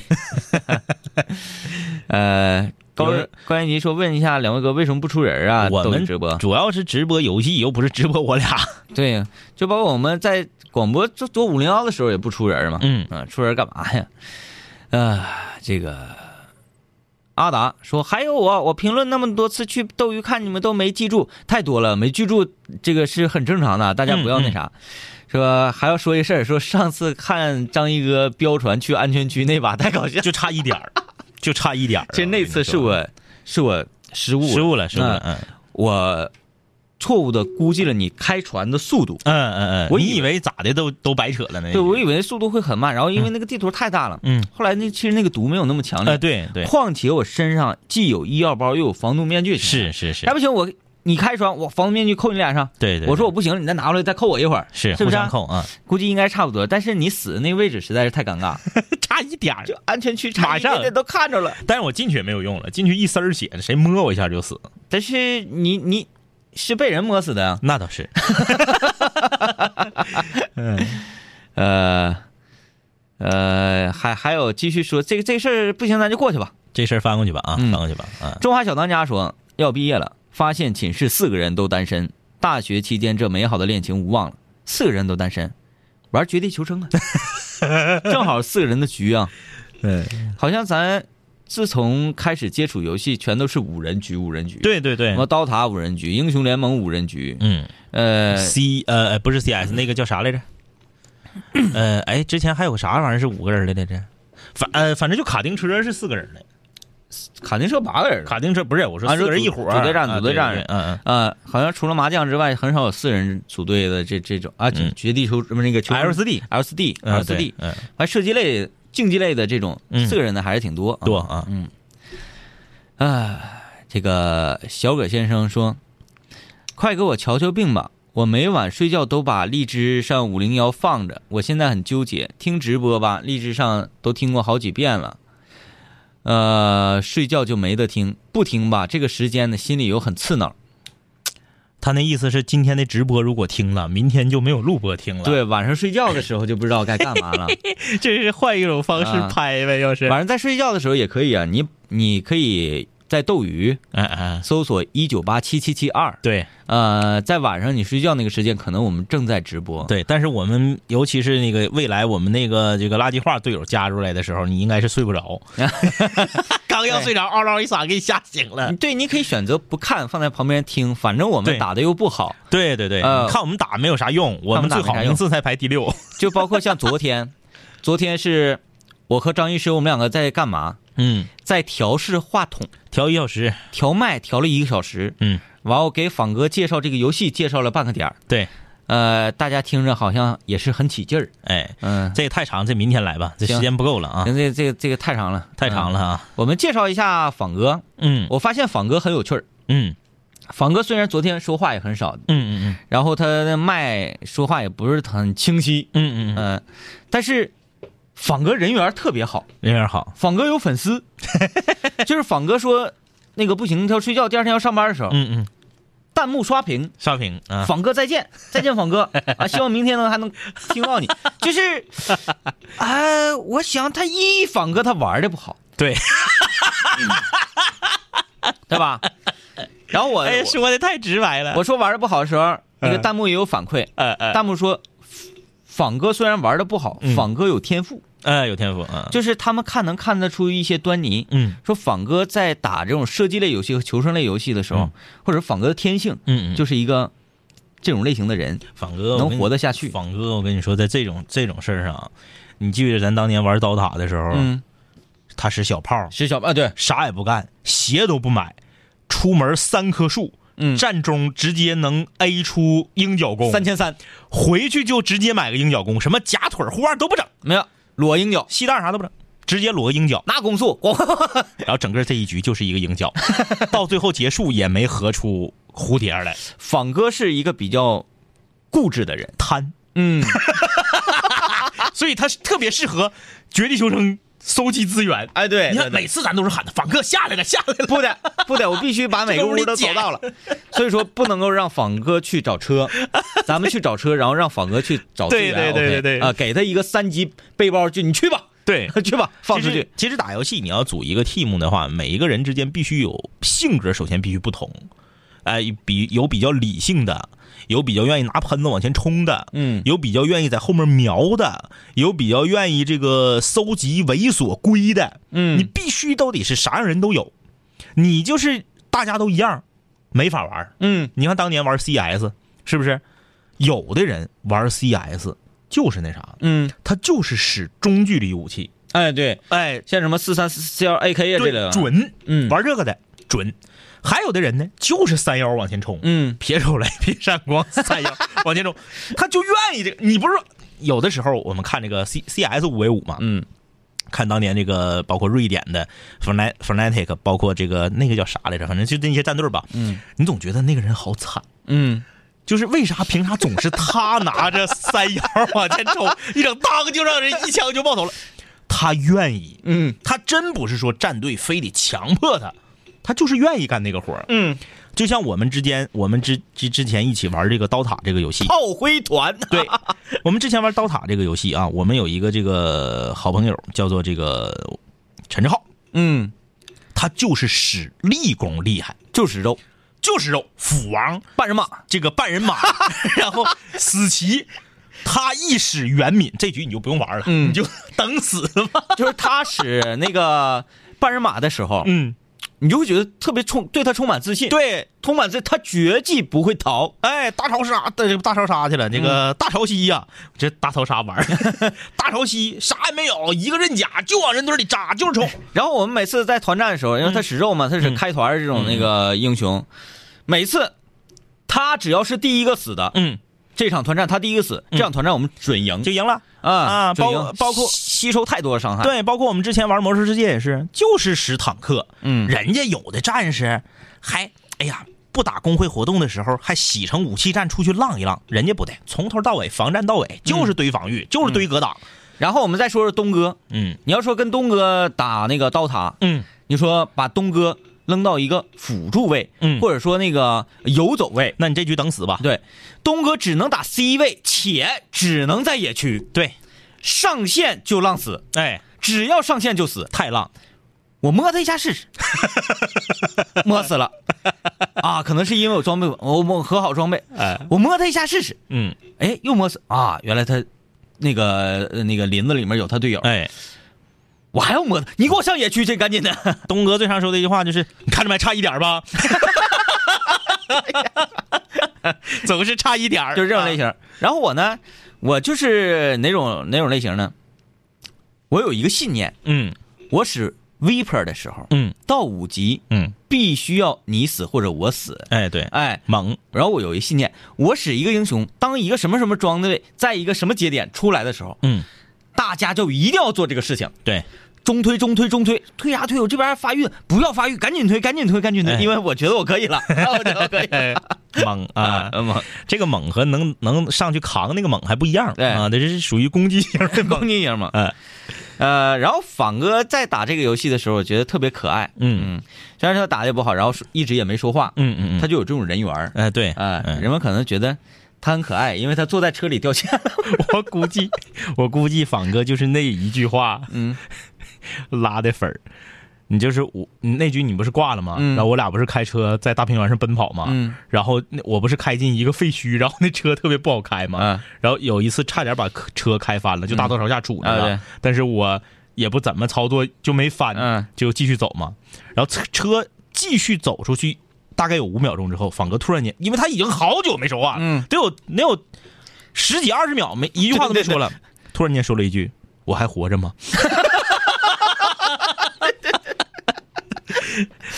呃，高
有人
高彦吉说，问一下两位哥，为什么不出人啊？
我
抖音
们
直播
主要是直播游戏，又不是直播我俩。
对呀，就包括我们在广播做做五零幺的时候也不出人嘛，
嗯
啊出人干嘛呀？啊、这个阿达说还有我，我评论那么多次去斗鱼看你们都没记住，太多了，没记住这个是很正常的，大家不要那啥。说还要说一事儿，说上次看张一哥飙船去安全区那把太搞笑，
就差一点儿，就差一点儿啊。
其实那次是我是我失误了
失误了，失误了。
嗯
嗯
我错误的估计了你开船的速度。
嗯嗯嗯，
我
你
以
以为咋的都都白扯了呢？
对，我以为速度会很慢，然后因为那个地图太大了，
哎嗯，
后来那其实那个毒没有那么强烈。
呃，对对，
况且我身上既有医药包又有防毒面具，
是，是是
还，不行，我你开船，我防毒面具扣你脸上，
对对。
我说我
对
不行，你再拿回来再扣我一会儿，
是
是不
互
是啊
相扣啊，
估计应该差不多。但是你死的那个位置实在是太尴尬，
差一点儿
就安全区
马上
这都看 着了，
但是我进去也没有用了，进去一丝儿血，谁摸我一下就死。
但是你你是被人摸死的啊，
那倒是，
呃呃，还还有继续说这个这个事儿不行，咱就过去吧。
这事儿翻过去吧啊，
嗯
翻过去吧啊。
中华小当家说要毕业了，发现寝室四个人都单身。大学期间这美好的恋情无望了，四个人都单身，玩绝地 求生啊！正好四个人的局啊，
嗯，
好像咱自从开始接触游戏，全都是五人局，五人局。，
对对
什
对
么，刀塔五人局、英雄联盟五人局，
嗯
呃，
，C 呃不是 CS 那个叫啥来 着？呃，哎，之前还有个啥玩意儿是五个人的来着？反呃反正就卡丁车是四个人的，
卡丁车八个人，
卡丁车不是我说
啊
四个人
组
一伙儿，
组队战
啊
组队
对
战
对对嗯嗯。
呃，好像除了麻将之外，很少有四人组队的这这种啊，
嗯
绝地求什么那个求
LCD
LCD
嗯
LCD，
对嗯
还射击类、竞技类的这种，
嗯
四个人的还是挺多、啊。
多啊，
啊，这个小葛先生说：“快给我瞧瞧病吧！我每晚睡觉都把荔枝上五零幺放着，我现在很纠结。听直播吧，荔枝上都听过好几遍了。”呃，睡觉就没得听，不听吧，这个时间呢，心里又很刺挠。
他那意思是今天的直播如果听了，明天就没有录播听了。，
对，晚上睡觉的时候就不知道该干嘛了。
这是换一种方
啊
式拍呗，要是，
晚上在睡觉的时候也可以啊，你你可以在斗鱼
哎哎，
搜索一九八七七七二，
对
呃，在晚上你睡觉那个时间，可能我们正在直播。
对，但是我们尤其是那个未来我们那个这个垃圾话队友加入来的时候，你应该是睡不着，刚要睡着，嗷嗷一嗓给你吓醒了
你。对，你可以选择不看，放在旁边听，反正我们
对
打的又不好。
对对对，
呃
你看我们打没有啥用，我
我
们
们打
最
没
好
啥用
名次才排第六。
就包括像昨天， 昨天是我和张医师，我们两个在干嘛？
嗯，
在调试话筒，
调一小时，
调麦调了一个小时，
嗯，
完后给仿哥介绍这个游戏介绍了半个点儿。
对，
呃，大家听着好像也是很起劲儿，
哎，
嗯。
这个太长，这明天来吧，这
行
时间不够了啊，
这嗯这这这个太长了，
太长
嗯
了啊。
我们介绍一下仿哥，
嗯
我发现仿哥很有趣儿。
嗯
仿哥虽然昨天说话也很少，
嗯嗯
然后他的麦说话也不是很清晰，
嗯嗯嗯嗯，
嗯、但是仿哥人缘特别好，
人缘好。
仿哥有 粉丝，就是仿哥说那个不行，他要睡觉，第二天要上班的时候，
嗯嗯，
弹幕刷屏，
刷屏啊，
仿哥 再见，再见仿哥啊，希望明天能还能听到你，就是，哎，我想他一仿哥他玩的不好，
对，
对吧？然后哎我、
哎哎呀，说的太直白了。
我说玩的不好的时候，那个
嗯
弹幕也有反馈，
呃呃，
弹幕说仿哥虽然玩的不好，
嗯
仿哥有天赋，
哎，有天赋，嗯，
就是他们看能看得出一些端倪。
嗯
说仿哥在打这种射击类游戏和求生类游戏的时候，
嗯
或者仿哥的天性，
嗯，嗯
就是一个这种类型的人。
仿哥
能
我跟你
活得下去
仿哥，我跟你说，在这种这种事儿上啊，你记不记得咱当年玩刀塔的时候，
嗯，
他使小炮，
石小啊，对，
啥也不干，鞋都不买，出门三棵树，
嗯，
站中直接能 A 出鹰角弓，
三千三
回去就直接买个鹰角弓，什么假腿护腕都不整，
没有裸鹰角，
系带啥都不整，直接裸个鹰角，
拿攻速，咣
然后整个这一局就是一个鹰角，到最后结束也没合出蝴蝶来，
仿哥是一个比较固执的人，
贪，
嗯，
所以他是特别适合绝地求生搜集资源。
哎，对，
你看
对对
每次咱都是喊他仿哥下来了，下来了，
不得不得，我必须把每个屋都走到了，所以说不能够让仿哥去找车，咱们去找车，然后让仿哥去找资
对对
源
对
OK，
对对
啊，给他一个三级背包，就你去吧，
对
去吧，放出
其实
去，
其实打游戏你要组一个 team 的话，每一个人之间必须有性格，首先必须不同。哎，比有比较理性的，有比较愿意拿喷子往前冲的，
嗯
有比较愿意在后面瞄的，有比较愿意这个搜集猥琐龟的。
嗯
你必须都得是啥样人都有，你就是大家都一样，没法玩儿。
嗯，
你看当年玩 CS 是不是？有的人玩 CS 就是那啥，
嗯，
他就是使中距离武器，
哎，对，
哎，
像什么四三四四幺 AK 啊这类
对，
的，
准，
嗯
玩这个的准。还有的人呢，就是三幺往前冲，
嗯
撇手来撇闪光，三 幺往前冲，他就愿意这个。你不是说有的时候我们看这个 C C S 五 v 五嘛，
嗯，
看当年这个包括瑞典的 Fnatic Fnatic，包括这个那个叫啥来着，反正就那些战队吧，嗯，你总觉得那个人好惨。
嗯，
就是为啥凭啥总是他拿着三幺往前冲，一整当就让人一枪就爆头了？他愿意，
嗯，
他真不是说战队非得强迫他，他就是愿意干那个活嗯，就像我们之间，我们之之之前一起玩这个刀塔这个 游戏，
炮灰团，
对，我们之前玩刀塔这个游戏啊，我们有一个这个好朋友叫做这个陈志浩，
嗯，
他就是使力功厉害，
就是肉，
就是肉斧王
半人马，
这个半人马，然后死棋，他一使元敏，这局你就不用玩了，
嗯
你就等死吧。
就是他使那个半人马的时候，
嗯，
你就会觉得特别充对他充满自信，对，充满自信，他绝技不会逃。
哎，大潮杀，大大潮杀去了，这个大潮汐呀、这大潮杀玩儿，大潮汐啥也没有，一个刃甲就往人堆里扎，就是冲。
然后我们每次在团战的时候，
嗯
因为他使肉嘛，他是开团这种那个英雄，每次他只要是第一个死的，
嗯，
这场团战他第一个死，这场团战我们准赢
就赢了。
啊
啊
准
包
赢，
包括
吸吸收太多的伤害。，
对，包括我们之前玩《魔兽世界》也是，就是使坦克，
嗯
人家有的战士还，哎呀，不打工会活动的时候还洗成武器站出去浪一浪，人家不得，从头到尾防战到尾就是堆防御，就是堆格挡，
然后我们再说说东哥，
嗯
你要说跟东哥打那个刀塔，
嗯，
你说把东哥扔到一个辅助位，
嗯
或者说那个游走位，
那你这局等死吧，
对，东哥只能打 C 位，且只能在野区，
对，
上线就浪死，
哎，
只要上线就死，太浪。我摸他一下试 试，摸死了啊！可能是因为我装备，我我和好装备，
哎，
我摸他一下试试，
嗯，
哎，又摸死啊！原来他那个呃那个林子里面有他队友，
哎，
我还要摸他，你给我上野区去，赶紧的！
东哥最常说的一句话 就是，你看着没，差一点儿吧。 总是差一点儿，
就是这种类
啊。
型儿。然后我呢，我就是哪种哪种类型呢？我有一个信念，
嗯
我使 Viper 的时候，
嗯
到五级
嗯，
必须要你死或者我死，
哎，对，
哎。
猛，
然后我有一信念，我使一个英雄，当一个什么什么装的，在一个什么节点出来的时候，
嗯，
大家就一定要做这个事情，
对，
中推中推中推，推啥推？我这边发育，不要发育，赶紧推，赶紧推，赶紧推，
哎
因为我觉得我可以了，我觉得我可以了
猛啊，
嗯，
这个猛和能能上去扛那个猛还不一样，
对
啊，这是属于攻击型的
公
猛。
斤赢嘛，
哎，
呃，然后仿哥在打这个游戏的时候，我觉得特别可爱。
嗯
虽然说他打的也不好，然后说一直也没说话，
嗯嗯嗯，
他就有这种人缘儿。
哎对，
哎、
嗯
人们可能觉得他很可爱，因为他坐在车里掉线了。
我估计 我估计仿哥就是那一句话，
嗯，
拉的粉儿。你就是我你那局你不是挂了吗？
嗯
然后我俩不是开车在大平原上奔跑吗？
嗯
然后那我不是开进一个废墟，然后那车特别不好开吗？
嗯
然后有一次差点把客车开翻了，就大头朝下杵着
啊
了、
对
但是我也不怎么操作，就没翻，
嗯
就继续走嘛。然后车车继续走出去，大概有五秒钟之后，仿哥突然间，因为他已经好久没说话了，
嗯
得有得有十几二十秒没一句话都没说了，突然间说了一句：“我还活着吗？”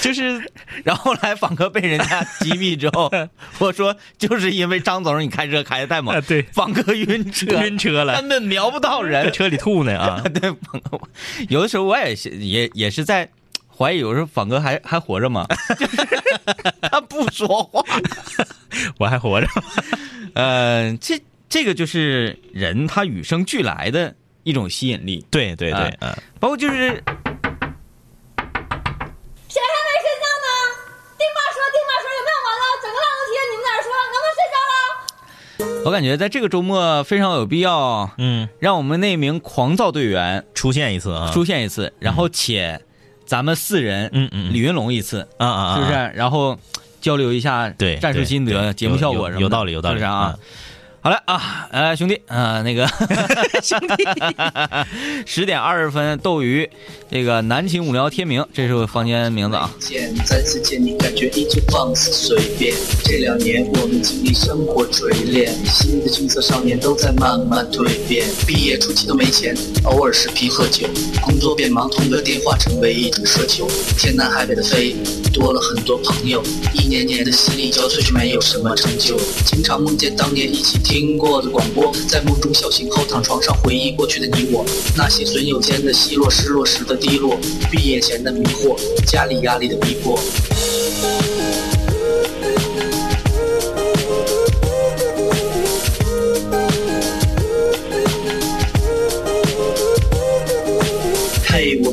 就是
然后后来访客被人家 击毙之后，我说就是因为张总你开车开的太猛
啊，对
访客晕车，
晕车了，
根本瞄不到
在
人。
车里吐呢啊！
对，访哥，有的时候我也是也也是在怀疑，有时候访哥还还活 着吗？就是他不说话。
我还 活着。
呃，这这个就是人他与生俱来的一种吸引力，
对对对，嗯、
包括就是
谁还没睡觉呢？丁妈说，丁妈说也没有完了，整个浪子体你们在这说，能不能睡觉了？
我感觉在这个周末非常有必要，
嗯，
让我们那名狂躁队员
出现一次啊，
出现一次，然后且咱们四人，
嗯嗯嗯
李云龙一次，
啊啊啊，
是不是？然后交流一下
对
战术心
对对
得、节目效
有
果
有
什么的
有道理有道理嗯
是不是啊？好嘞啊，呃，兄弟，呃，那个兄弟，十点二十分，斗鱼，这个南秦五聊天明，这是我房间名字啊。
见，再次见你，感觉依旧放肆随便。这两年我们经历生活锤炼，新的青涩少年都在慢慢蜕变。毕业初期都没钱，偶尔是皮喝酒，工作变忙，通个电话成为一种奢求。天南海北的飞，多了很多朋友，一年年的心力交瘁却没有什么成就。经常梦见当年一起听过的广播，在梦中笑醒后躺床上回忆过去的你我，那些损友间的奚落，失落时的低落，毕业前的迷惑，家里压力的逼迫。嘿，我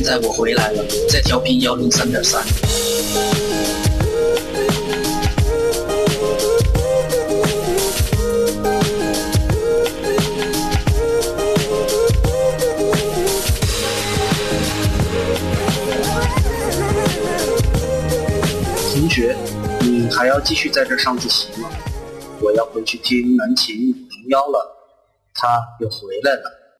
在我回来了，在调频幺零三点三。同学，你还要继续在这儿上自习吗？我要回去听南琴五零幺了，他又回来了。